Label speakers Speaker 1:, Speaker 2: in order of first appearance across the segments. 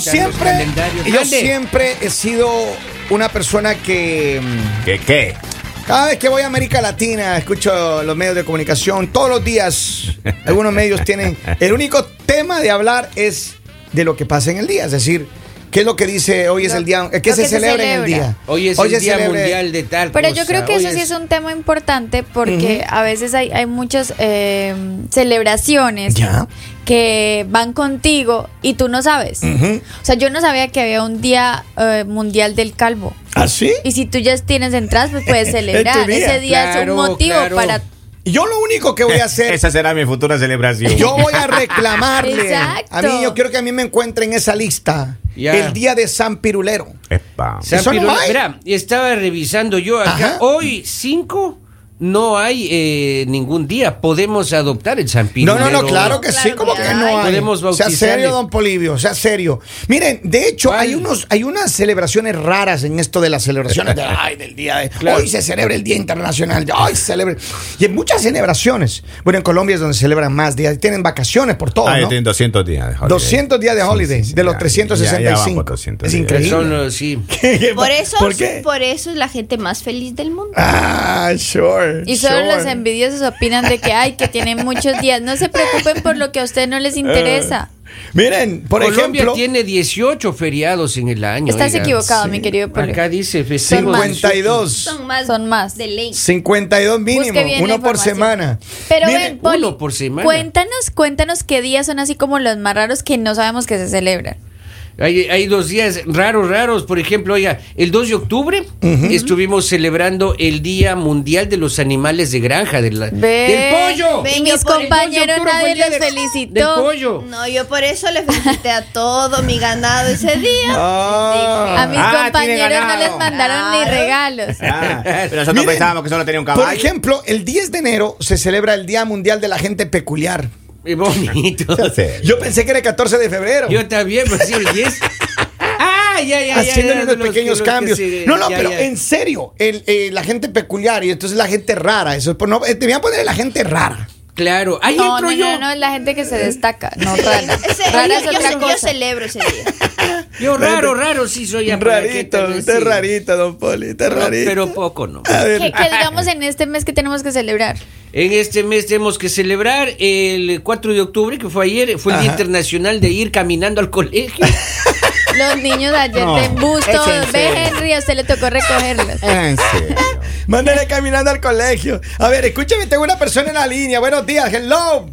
Speaker 1: siempre, yo siempre he sido una persona que mm,
Speaker 2: ¿Qué qué?
Speaker 1: cada vez que voy a América Latina escucho los medios de comunicación todos los días. Algunos medios tienen el único tema de hablar es de lo que pasa en el día, es decir, qué es lo que dice hoy es
Speaker 3: Lo-
Speaker 1: el día, eh,
Speaker 3: lo
Speaker 1: qué se,
Speaker 3: que se
Speaker 1: celebra en el
Speaker 3: celebra.
Speaker 1: día.
Speaker 4: Hoy es el
Speaker 1: se
Speaker 4: Día
Speaker 1: celebra-
Speaker 4: Mundial de tal
Speaker 3: Pero
Speaker 4: cosa,
Speaker 3: yo creo que
Speaker 4: hoy
Speaker 3: eso sí es un tema importante porque a veces hay, hay muchas eh, celebraciones
Speaker 1: Ya.
Speaker 3: que van contigo y tú no sabes. O sea, yo no sabía que había un día eh, mundial del calvo.
Speaker 1: ¿Ah, sí?
Speaker 3: Y si tú ya tienes entradas, pues puedes celebrar.
Speaker 1: día.
Speaker 3: Ese día es
Speaker 4: Claro,
Speaker 3: un motivo
Speaker 4: claro.
Speaker 3: para...
Speaker 1: Yo lo único que voy a hacer
Speaker 2: Esa será mi futura celebración.
Speaker 1: Yo voy a reclamarle.
Speaker 3: Exacto.
Speaker 1: A mí, yo quiero que a mí me encuentren en esa lista.
Speaker 4: Ya.
Speaker 1: El día de San Pirulero.
Speaker 2: Epa.
Speaker 4: San
Speaker 1: Eso no
Speaker 4: Pirul-
Speaker 1: hay.
Speaker 4: Mira, estaba revisando yo acá.
Speaker 1: Ajá.
Speaker 4: Hoy, 5, no hay eh, ningún día. Podemos adoptar el San Eh,
Speaker 1: No, no,
Speaker 4: Pirulero.
Speaker 1: no, claro que sí,
Speaker 3: Claro
Speaker 1: como
Speaker 3: que
Speaker 1: que
Speaker 3: hay.
Speaker 1: no hay.
Speaker 4: Podemos
Speaker 1: sea
Speaker 4: bautizarle.
Speaker 1: serio, don Polivio, sea serio. Miren, de hecho,
Speaker 4: ¿Cuál?
Speaker 1: hay unos, hay unas celebraciones raras en esto de las celebraciones de, ay, del día de
Speaker 4: Claro.
Speaker 1: hoy se celebra el Día Internacional, de- hoy se celebra. Y hay muchas celebraciones. Bueno, en Colombia es donde se celebran más días, tienen vacaciones por todo,
Speaker 2: Ah,
Speaker 1: ¿no?
Speaker 2: tienen 200 días de holiday.
Speaker 1: 200 días de
Speaker 2: Sí,
Speaker 1: holiday,
Speaker 2: sí, sí,
Speaker 1: de los
Speaker 2: ya,
Speaker 1: 365.
Speaker 2: ya, ya van por 200
Speaker 1: es
Speaker 2: días.
Speaker 1: increíble.
Speaker 4: Son, eh, sí.
Speaker 5: Por eso,
Speaker 1: ¿Por qué?
Speaker 5: por eso es la gente más feliz del mundo.
Speaker 1: Ah, sure.
Speaker 3: Y solo
Speaker 1: sure.
Speaker 3: los envidiosos opinan de que hay, que tienen muchos días. No se preocupen por lo que a usted no les interesa.
Speaker 1: Eh. Miren, por
Speaker 4: Colombia
Speaker 1: ejemplo,
Speaker 4: tiene 18 feriados en el año.
Speaker 3: Estás
Speaker 4: oiga.
Speaker 3: equivocado,
Speaker 1: sí.
Speaker 3: mi querido Polo.
Speaker 4: Acá dice festivo
Speaker 1: 52.
Speaker 5: Son más,
Speaker 3: Son más.
Speaker 5: de ley.
Speaker 1: 52 mínimo,
Speaker 3: Busque bien la
Speaker 1: uno por
Speaker 3: información.
Speaker 1: semana.
Speaker 3: Pero
Speaker 1: Miren,
Speaker 3: ven, Poli,
Speaker 4: uno por semana.
Speaker 3: Cuéntanos, cuéntanos qué días son así como los más raros que no sabemos que se celebran.
Speaker 4: Hay, hay dos días raros, raros. Por ejemplo, oiga, el 2 de octubre estuvimos celebrando el Día Mundial de los Animales de Granja, de la-
Speaker 3: Ve,
Speaker 4: del pollo.
Speaker 3: Y
Speaker 5: Ve,
Speaker 3: mis
Speaker 5: yo por el
Speaker 3: compañeros
Speaker 4: 2 de octubre fue
Speaker 3: nadie
Speaker 4: el día
Speaker 3: los
Speaker 4: de- Del
Speaker 3: felicitó.
Speaker 4: pollo.
Speaker 5: No, yo por eso le felicité a todo mi ganado ese día.
Speaker 1: Ah.
Speaker 3: A mis
Speaker 2: Ah, tiene
Speaker 3: compañeros no
Speaker 2: ganado.
Speaker 3: les mandaron ni
Speaker 5: Claro.
Speaker 3: regalos.
Speaker 2: Ah, pero nosotros
Speaker 1: Miren,
Speaker 2: pensábamos que solo tenía un caballo.
Speaker 1: por ejemplo, el 10 de enero se celebra el Día Mundial de la Gente Peculiar.
Speaker 4: Qué bonito.
Speaker 2: No sé.
Speaker 1: Yo pensé que era el 14 de febrero.
Speaker 4: Yo también, pero sí, el 10. Ah, ya, ya, ya,
Speaker 1: haciéndole
Speaker 4: ya,
Speaker 1: unos
Speaker 4: los que-
Speaker 1: pequeños
Speaker 4: los que
Speaker 1: cambios.
Speaker 4: se-
Speaker 1: no, no,
Speaker 4: ya,
Speaker 1: pero
Speaker 4: ya.
Speaker 1: en serio, el, eh, la gente peculiar y entonces la gente rara. Eso, es por- no, eh, te voy a poner la gente rara.
Speaker 4: Claro, ahí
Speaker 3: No,
Speaker 4: entro
Speaker 3: no,
Speaker 4: yo.
Speaker 3: no, no, es la gente que se destaca, no rara.
Speaker 5: Ese-
Speaker 3: Rara
Speaker 5: yo-
Speaker 3: es
Speaker 5: yo,
Speaker 3: otra
Speaker 5: yo
Speaker 3: cosa.
Speaker 5: celebro ese día.
Speaker 4: Yo raro, raro, sí soy ya, ¿para qué te voy a decir?
Speaker 1: don Poli, usted
Speaker 4: Pero- Pero poco, ¿no?
Speaker 3: Que, que digamos en este mes que tenemos que celebrar.
Speaker 4: En este mes tenemos que celebrar el 4 de octubre, que fue ayer, fue el Día Internacional de ir caminando al colegio.
Speaker 3: Los niños ayer
Speaker 2: No,
Speaker 3: en busto,
Speaker 2: es en
Speaker 3: ve
Speaker 2: serio.
Speaker 3: Henry, a usted le tocó recogerlos.
Speaker 1: Eh, Ah,
Speaker 2: En serio.
Speaker 1: Mándale caminando al colegio. A ver, escúchame, tengo una persona en la línea. Buenos días, hello.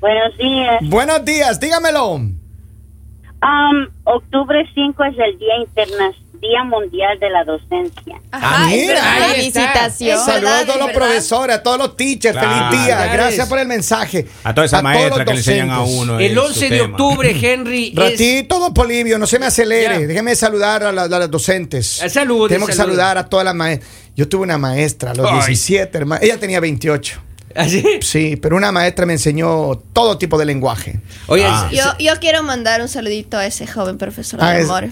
Speaker 6: Buenos días.
Speaker 1: Buenos días, dígamelo.
Speaker 6: Am, Um, octubre 5 es el Día Interna Día Mundial de la Docencia.
Speaker 3: Ajá, es
Speaker 1: mira,
Speaker 3: verdad,
Speaker 4: ahí está.
Speaker 3: felicitación.
Speaker 5: Es
Speaker 1: Saludos a todos
Speaker 5: verdad, es
Speaker 1: los
Speaker 5: verdad.
Speaker 1: profesores, a todos los teachers.
Speaker 2: Claro.
Speaker 1: Feliz día. Gracias
Speaker 4: Felicidades.
Speaker 1: por el mensaje.
Speaker 2: A todas esas
Speaker 1: todos los
Speaker 2: maestras que le enseñan a
Speaker 1: docentes.
Speaker 2: uno.
Speaker 4: El
Speaker 2: su
Speaker 4: 11 de
Speaker 2: tema.
Speaker 4: octubre, Henry. es-
Speaker 1: Ratito, don Polivio, no se me acelere.
Speaker 4: Ya.
Speaker 1: Déjeme saludar a, la- a las docentes.
Speaker 4: Ah, salude,
Speaker 1: Tenemos que
Speaker 4: salude.
Speaker 1: saludar a todas las maestras. Yo tuve una maestra a los
Speaker 4: Ay.
Speaker 1: 17, hermano. Ella tenía 28.
Speaker 4: ¿Así?
Speaker 1: Sí, pero una maestra me enseñó todo tipo de lenguaje.
Speaker 4: Oye,
Speaker 2: Ah.
Speaker 4: es-
Speaker 5: Yo, yo quiero mandar un saludito a ese joven profesor
Speaker 1: Ah,
Speaker 5: de
Speaker 1: es-
Speaker 5: amor.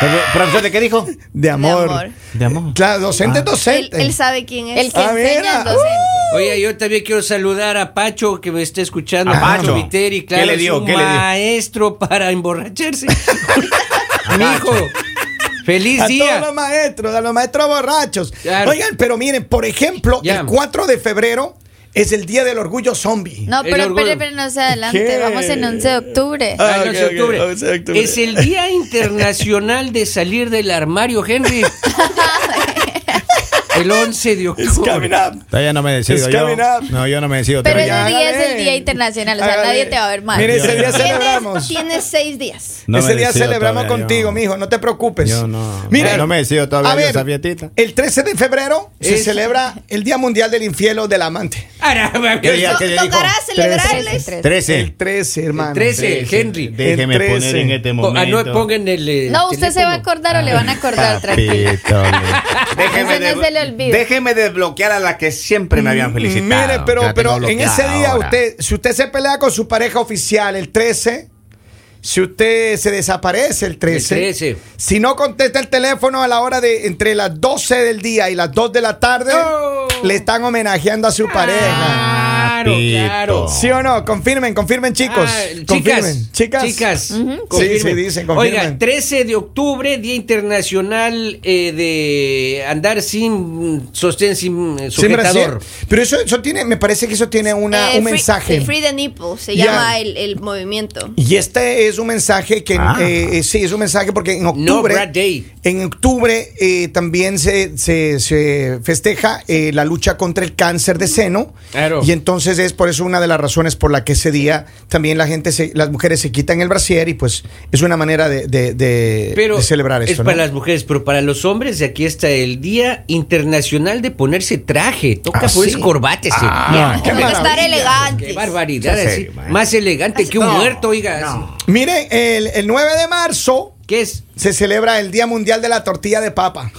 Speaker 2: Pero, Profesor, ¿de qué dijo?
Speaker 1: De amor.
Speaker 5: amor.
Speaker 2: De amor.
Speaker 1: Claro, docente
Speaker 2: Ah.
Speaker 1: es
Speaker 5: Él,
Speaker 1: docente.
Speaker 5: él sabe quién es.
Speaker 3: El que
Speaker 1: Ah, uh, mira.
Speaker 3: enseña al docente.
Speaker 4: oye, yo también quiero saludar a Pacho que me está escuchando.
Speaker 2: A
Speaker 4: Pacho
Speaker 2: Pacho.
Speaker 4: Viteri,
Speaker 2: ¿Qué
Speaker 4: claro,
Speaker 2: le
Speaker 4: es
Speaker 2: dio?
Speaker 4: un
Speaker 2: ¿Qué le dio?
Speaker 4: maestro para emborracharse. Mijo, feliz
Speaker 1: a todos
Speaker 4: día.
Speaker 1: los maestros, a los maestros borrachos.
Speaker 4: Claro.
Speaker 1: Oigan, pero miren, por ejemplo,
Speaker 4: Ya.
Speaker 1: el 4 de febrero es el Día del Orgullo Zombie.
Speaker 3: No,
Speaker 4: El
Speaker 3: pero,
Speaker 4: orgullo.
Speaker 3: pero, pero no se adelante.
Speaker 1: ¿Qué?
Speaker 3: Vamos en 11 de octubre.
Speaker 1: Ah,
Speaker 4: Ah, no, es
Speaker 1: ok, ok,
Speaker 4: octubre.
Speaker 1: 11 de octubre.
Speaker 4: Es el Día Internacional de Salir del Armario, Henry. El 11 de
Speaker 1: Es
Speaker 4: octubre.
Speaker 2: Todavía no me decido.
Speaker 1: Es
Speaker 2: Yo,
Speaker 1: coming up.
Speaker 2: no, yo no me decido.
Speaker 3: Pero
Speaker 2: todavía.
Speaker 3: ese día es el
Speaker 1: hágale.
Speaker 3: Día Internacional, o sea,
Speaker 1: Hágale.
Speaker 3: nadie te va a ver mal.
Speaker 1: Mire, ese día
Speaker 5: Tienes-
Speaker 1: celebramos.
Speaker 5: Tienes seis días.
Speaker 2: No
Speaker 1: ese
Speaker 2: me
Speaker 1: día
Speaker 2: decido
Speaker 1: celebramos
Speaker 2: todavía,
Speaker 1: contigo,
Speaker 2: yo.
Speaker 1: mijo, no te preocupes.
Speaker 2: Yo no-
Speaker 1: Mira,
Speaker 2: no me decido todavía
Speaker 1: a
Speaker 2: yo
Speaker 1: ver,
Speaker 2: esa fiestita.
Speaker 1: El 13 de febrero se
Speaker 4: Es-
Speaker 1: celebra el Día Mundial del Infielo del Amante.
Speaker 4: Ahora,
Speaker 2: ¿Qué día?
Speaker 5: To-
Speaker 2: ¿Qué día dijo?
Speaker 5: Tocará celebrarles.
Speaker 3: Trece, trece.
Speaker 2: 13.
Speaker 1: El 13, hermano.
Speaker 4: 13, Henry.
Speaker 2: Déjeme
Speaker 1: El 13.
Speaker 2: poner en este
Speaker 4: Po-
Speaker 2: momento.
Speaker 4: ah, no pongan el. eh,
Speaker 3: No, usted se va a
Speaker 4: teléfono. Ah,
Speaker 3: acordar o le van a acordar, tranquilo.
Speaker 2: Papito, déjeme,
Speaker 3: Ese no
Speaker 2: de-
Speaker 3: se le olvida.
Speaker 2: déjeme desbloquear a la que siempre me habían felicitado.
Speaker 1: Mm, Mire, pero,
Speaker 2: Que la
Speaker 1: pero
Speaker 2: tengo
Speaker 1: en
Speaker 2: bloqueada
Speaker 1: ese día,
Speaker 2: ahora.
Speaker 1: usted, si usted se pelea con su pareja oficial el 13, si usted se desaparece el 13,
Speaker 4: El 13.
Speaker 1: si no contesta el teléfono a la hora de entre las 12 del día y las 2 de la tarde,
Speaker 4: Oh.
Speaker 1: le están homenajeando a su pareja.
Speaker 4: Ah, Claro,
Speaker 2: Pepito.
Speaker 4: claro.
Speaker 1: ¿Sí o no? Confirmen, confirmen, chicos.
Speaker 4: Ah,
Speaker 1: confirmen.
Speaker 4: chicas, chicas, chicas,
Speaker 1: Sí,
Speaker 4: confirmen.
Speaker 1: sí, dicen, confirmen.
Speaker 4: Oiga, 13 de octubre, Día Internacional eh, de andar sin sostén, sin eh,
Speaker 1: Sí, me
Speaker 4: sujetador.
Speaker 1: parece- pero eso, eso tiene, me parece que eso tiene una,
Speaker 5: Eh,
Speaker 1: un
Speaker 5: free-
Speaker 1: mensaje.
Speaker 5: Free the nipple se
Speaker 1: Ya.
Speaker 5: llama el, el movimiento.
Speaker 1: Y este es un mensaje que
Speaker 2: Ah.
Speaker 1: eh, eh, sí, es un mensaje porque en octubre
Speaker 4: Brad Day.
Speaker 1: en octubre eh, también se, se- se festeja eh, la lucha contra el cáncer de seno.
Speaker 4: Claro.
Speaker 1: Y entonces es por eso una de las razones por la que ese día también la gente se- las mujeres se quitan el brasier y pues es una manera de, de- de-
Speaker 4: pero
Speaker 1: de celebrar
Speaker 4: es
Speaker 1: esto.
Speaker 4: para
Speaker 1: ¿no?
Speaker 4: las mujeres, pero para los hombres aquí está el Día Internacional de ponerse traje, toca
Speaker 1: Ah,
Speaker 4: pues
Speaker 1: sí.
Speaker 4: corbate, sí.
Speaker 1: Ah,
Speaker 4: Ya,
Speaker 1: qué
Speaker 5: Como que estar
Speaker 1: maravilla.
Speaker 5: elegantes.
Speaker 4: qué barbaridad,
Speaker 2: En
Speaker 4: así,
Speaker 2: serio, man.
Speaker 4: más elegante que un
Speaker 2: No,
Speaker 4: muerto, oiga.
Speaker 2: no.
Speaker 1: Miren, el, el 9 de marzo
Speaker 4: ¿Qué es?
Speaker 1: se celebra el Día Mundial de la Tortilla de Papa.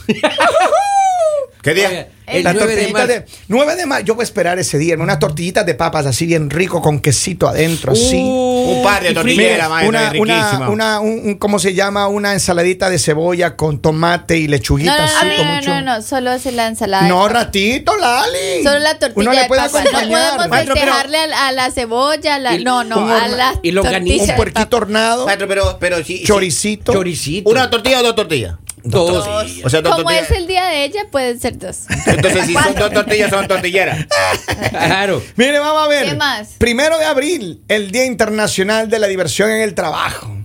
Speaker 2: ¿Qué
Speaker 4: Oiga,
Speaker 2: día?
Speaker 4: el
Speaker 1: La
Speaker 4: 9 de
Speaker 1: tortillita
Speaker 4: marzo. Uh,
Speaker 1: de 9 de mayo. Yo voy a esperar ese día, hermano. Unas tortillitas de papas así bien rico con quesito adentro, así.
Speaker 4: Uh,
Speaker 2: Un par
Speaker 4: y
Speaker 2: de
Speaker 4: frío.
Speaker 2: tortilleras, man,
Speaker 1: Una,
Speaker 2: es
Speaker 1: una,
Speaker 2: riquísima.
Speaker 1: una, un, un- ¿cómo se llama? Una ensaladita de cebolla con tomate y
Speaker 3: No,
Speaker 1: lechuguita
Speaker 3: no,
Speaker 1: así
Speaker 3: ah, no,
Speaker 1: como
Speaker 3: no,
Speaker 1: mucho-
Speaker 3: no, no, solo es la ensalada. de
Speaker 1: No,
Speaker 3: papa.
Speaker 1: ratito, Lali.
Speaker 3: Solo la tortilla
Speaker 1: Uno le
Speaker 3: de
Speaker 1: puede
Speaker 3: papa.
Speaker 1: acompañar.
Speaker 3: No podemos
Speaker 2: Maestro, pero-
Speaker 3: festejarle a, la- a la cebolla, a la-
Speaker 4: Y-
Speaker 3: no, no,
Speaker 1: un
Speaker 3: a
Speaker 1: horno-
Speaker 3: la
Speaker 4: y longaniza.
Speaker 3: tortilla
Speaker 1: un
Speaker 3: de
Speaker 1: puerquito
Speaker 3: papa.
Speaker 1: hornado,
Speaker 2: Maestro, pero, pero sí. sí.
Speaker 1: choricito.
Speaker 4: Choricito.
Speaker 2: ¿Una tortilla o dos tortillas?
Speaker 4: Dos.
Speaker 2: O sea, dos
Speaker 3: Como
Speaker 2: tortillas.
Speaker 3: es el día de ella, pueden ser dos.
Speaker 2: Entonces, si son dos tortillas, son tortilleras.
Speaker 4: Claro.
Speaker 1: Mire, vamos a ver.
Speaker 3: ¿Qué más?
Speaker 1: Primero de abril, el Día Internacional de la Diversión en el Trabajo.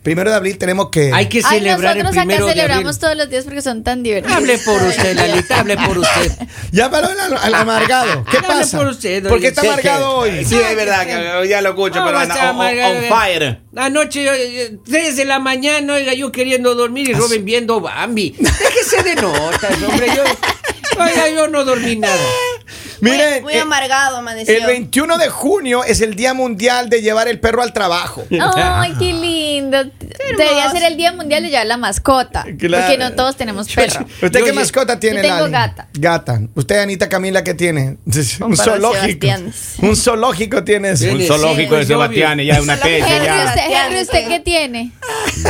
Speaker 1: Primero de abril tenemos que...
Speaker 4: Hay que
Speaker 3: Ay,
Speaker 4: celebrar el
Speaker 3: nosotros acá
Speaker 4: primero de abril.
Speaker 3: celebramos todos los días porque son tan divertidos.
Speaker 4: Hable por usted, Lalita, hable por usted.
Speaker 1: Ya paró el, al- al amargado. ¿Qué
Speaker 4: Hable
Speaker 1: pasa?
Speaker 4: por usted, don
Speaker 1: ¿Por qué está
Speaker 4: Eliseo.
Speaker 1: amargado hoy?
Speaker 2: Sí, es verdad, que ya lo escucho, pero
Speaker 4: Vamos a
Speaker 2: anda on,
Speaker 4: amargar-
Speaker 2: on fire.
Speaker 4: Anoche, yo, eh, tres de la mañana, oiga, yo queriendo dormir y Robin viendo Bambi. Déjese de notas, hombre. Yo, oiga, yo no dormí nada.
Speaker 1: Miren,
Speaker 5: muy, muy
Speaker 1: eh,
Speaker 5: amargado amaneció.
Speaker 1: el 21 de junio es el Día Mundial de llevar el perro al trabajo.
Speaker 3: Ay, qué lindo. Debería ser el Día Mundial de llevar la mascota.
Speaker 1: Claro.
Speaker 3: Porque no todos tenemos perro.
Speaker 1: ¿Usted
Speaker 4: Yo-
Speaker 1: qué
Speaker 4: yo-
Speaker 1: mascota tiene,
Speaker 3: yo tengo
Speaker 1: Lali?
Speaker 3: gata.
Speaker 1: Gata. ¿Usted, Anita Camila, qué tiene? Un
Speaker 5: perro de
Speaker 1: zoológico.
Speaker 5: Sebastián.
Speaker 1: Un zoológico tiene eso.
Speaker 4: Tiene-
Speaker 2: Un zoológico de
Speaker 4: Sí, obvio.
Speaker 2: Sebastián, ya una
Speaker 5: Zoológico.
Speaker 2: tesis,
Speaker 3: Henry,
Speaker 2: ya.
Speaker 3: usted, Henry, ¿usted qué tiene?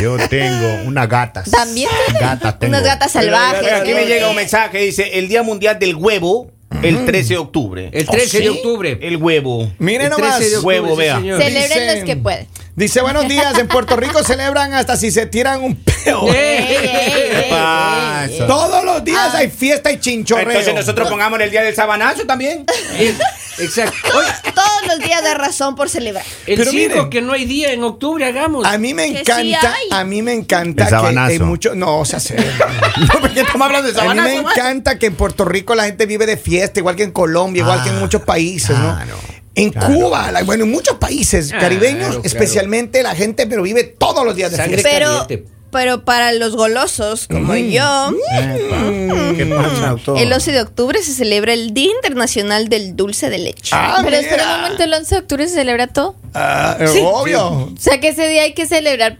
Speaker 2: Yo tengo unas gatas.
Speaker 3: ¿También tiene?
Speaker 2: Gatas tengo.
Speaker 5: Unas gatas salvajes.
Speaker 2: Pero aquí me
Speaker 5: sí.
Speaker 2: llega un mensaje, dice, el Día Mundial del Huevo, el 13 de octubre.
Speaker 4: El 13 de octubre.
Speaker 2: ¿Oh, El huevo.
Speaker 1: Miren
Speaker 4: El 13
Speaker 1: nomás.
Speaker 4: de octubre,
Speaker 2: Huevo,
Speaker 4: sí,
Speaker 2: vea.
Speaker 4: señor.
Speaker 3: Se- Celebren los que pueden.
Speaker 1: Dice, buenos días. En Puerto Rico celebran hasta si se tiran un peo.
Speaker 4: Eh,
Speaker 2: Pasa.
Speaker 1: Todos los días
Speaker 3: Ah.
Speaker 1: hay fiesta y chinchorreo.
Speaker 2: Entonces nosotros pongamos el Día del Sabanazo también.
Speaker 4: eh, Exacto. Oiga,
Speaker 5: Todos los días de razón por celebrar.
Speaker 4: el
Speaker 1: Pero
Speaker 4: 5
Speaker 1: miren. Ah,
Speaker 4: que no hay día en octubre, hagamos.
Speaker 1: A mí me
Speaker 5: Que sí
Speaker 1: encanta,
Speaker 5: hay.
Speaker 1: a mí me
Speaker 2: El
Speaker 1: encanta que
Speaker 2: sabanazo.
Speaker 1: hay mucho, no, o sea, se-
Speaker 2: No, porque estamos hablando de
Speaker 1: a mí me
Speaker 2: sabanazo. man?
Speaker 1: encanta que en Puerto Rico la gente vive de fiesta, igual que en Colombia, igual que en
Speaker 2: Ah,
Speaker 1: muchos países, ¿no?
Speaker 2: claro,
Speaker 1: En Cuba, la- bueno, en muchos países
Speaker 4: Claro,
Speaker 1: caribeños,
Speaker 4: claro.
Speaker 1: especialmente la gente, pero vive todos los días de
Speaker 4: Sangre
Speaker 1: fiesta.
Speaker 5: Pero,
Speaker 4: caliente.
Speaker 5: pero para los golosos como yo,
Speaker 2: Mm. ¿Qué pasa, doctor?
Speaker 5: el 11 de octubre se celebra el Día Internacional del Dulce de Leche.
Speaker 1: Ah,
Speaker 3: Pero espera
Speaker 1: mira.
Speaker 3: un momento, el 11 de octubre se celebra todo.
Speaker 1: Ah, eh, obvio.
Speaker 3: O sea que ese día hay que celebrar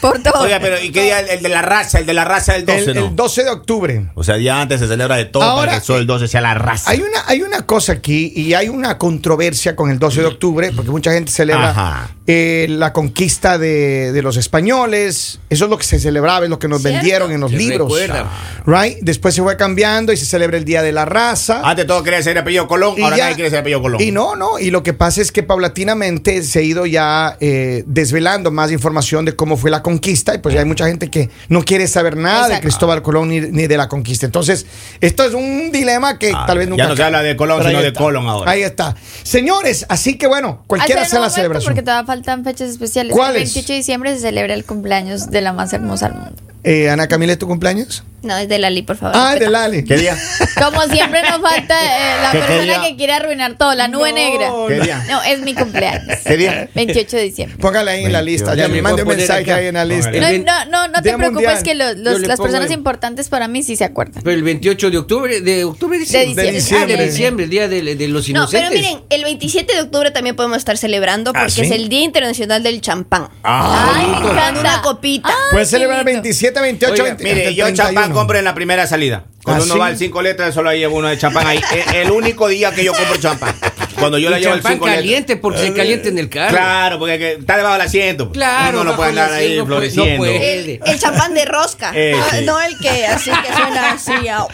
Speaker 3: por todo.
Speaker 2: Oiga, pero ¿y qué día? El, el de la raza, el de la raza del 12,
Speaker 1: El,
Speaker 2: ¿no?
Speaker 1: el 12 de octubre.
Speaker 2: O sea, día antes se celebra de todo
Speaker 1: Ahora-
Speaker 2: para que el sol 12 sea la raza.
Speaker 1: Hay una, hay una cosa aquí y hay una controversia con el 12 de octubre, porque mucha gente celebra
Speaker 2: Ajá.
Speaker 1: eh, la conquista de, de los españoles. Eso es lo que se celebraba, es lo que nos vendieron en los
Speaker 4: Se
Speaker 1: libros.
Speaker 4: recuerda.
Speaker 1: Right? Después se fue cambiando y se celebra el Día de la Raza.
Speaker 2: Antes todo quería ser apellido Colón,
Speaker 1: ah. Y
Speaker 2: ahora
Speaker 1: ya-
Speaker 2: nadie quiere ser apellido Colón.
Speaker 1: Y no, no, y lo que pasa es que paulatinamente se ha ido ya eh, desvelando más información de cómo fue la conquista, y pues ya hay mucha gente que no quiere saber nada de
Speaker 3: Exacto.
Speaker 1: Cristóbal Colón ni, ni de la conquista. Entonces, esto es un dilema que
Speaker 2: Ah,
Speaker 1: tal vez
Speaker 2: ya
Speaker 1: nunca.
Speaker 2: no se habla de Colón,
Speaker 1: Pero
Speaker 2: sino
Speaker 1: ahí
Speaker 2: de
Speaker 1: está.
Speaker 2: Colón ahora.
Speaker 1: Ahí está. Señores, así que bueno, cualquiera
Speaker 3: Hacer
Speaker 1: sea
Speaker 3: un
Speaker 1: la
Speaker 3: momento, Porque
Speaker 1: celebración.
Speaker 3: todavía faltan fechas especiales.
Speaker 1: ¿Cuáles?
Speaker 3: El 28 de diciembre se celebra el cumpleaños de la más hermosa del mundo.
Speaker 1: Eh, Ana Camila, ¿es tu cumpleaños?
Speaker 5: No, es de Lali, por favor.
Speaker 1: Ah, es
Speaker 5: respeta.
Speaker 1: de Lali.
Speaker 2: ¿Qué día?
Speaker 3: Como siempre nos falta eh, la
Speaker 2: ¿Qué
Speaker 3: persona
Speaker 2: quería?
Speaker 3: que quiere arruinar todo, la nube negra.
Speaker 2: ¿Qué día?
Speaker 3: No, es mi cumpleaños.
Speaker 2: ¿Qué día?
Speaker 3: 28 de diciembre.
Speaker 1: Póngale ahí en la lista. Ya
Speaker 4: Yo
Speaker 1: me
Speaker 4: le
Speaker 1: mande
Speaker 4: voy
Speaker 1: un
Speaker 4: a poner
Speaker 1: mensaje
Speaker 4: acá.
Speaker 1: ahí en la lista.
Speaker 4: Póngale.
Speaker 3: No, no, no, no te
Speaker 1: Día mundial.
Speaker 3: preocupes que los- los-
Speaker 4: Yo le
Speaker 3: las
Speaker 4: pongo
Speaker 3: personas
Speaker 4: ahí.
Speaker 3: importantes para mí sí se acuerdan.
Speaker 4: Pero el 28 de octubre, de octubre, diciembre.
Speaker 3: De
Speaker 1: diciembre.
Speaker 4: Ah, de diciembre, el día de, de los
Speaker 5: No,
Speaker 4: inocentes.
Speaker 5: pero miren, el 27 de octubre también podemos estar celebrando porque
Speaker 1: ¿sí?
Speaker 5: es el Día Internacional del Champán.
Speaker 2: Ah,
Speaker 3: Ay, me
Speaker 5: Con
Speaker 3: encanta.
Speaker 5: una copita.
Speaker 3: Ay,
Speaker 1: Puedes
Speaker 3: qué
Speaker 1: celebrar
Speaker 3: lindo.
Speaker 1: 27, 28,
Speaker 4: Oiga,
Speaker 1: 20, hasta
Speaker 2: Mire,
Speaker 1: el
Speaker 2: yo
Speaker 1: 31.
Speaker 2: champán compro en la primera salida. Cuando
Speaker 1: ¿Ah,
Speaker 2: uno
Speaker 1: sí?
Speaker 2: va al 5 letras, solo ahí llevo uno de champán ahí. Es el único día que yo compro champán. Cuando yo
Speaker 4: Y
Speaker 2: la llevo al
Speaker 4: champán
Speaker 2: 5 letras.
Speaker 4: caliente, porque se caliente en el carro.
Speaker 2: Claro, porque que- está debajo del asiento.
Speaker 4: Claro,
Speaker 2: Uno no
Speaker 4: bajo
Speaker 2: puede
Speaker 4: el
Speaker 2: andar ahí
Speaker 4: asiento, pues, no
Speaker 2: floreciendo.
Speaker 4: puede.
Speaker 5: El, el champán de rosca.
Speaker 2: Eh,
Speaker 5: no,
Speaker 2: sí.
Speaker 5: no el que así que suena así. au.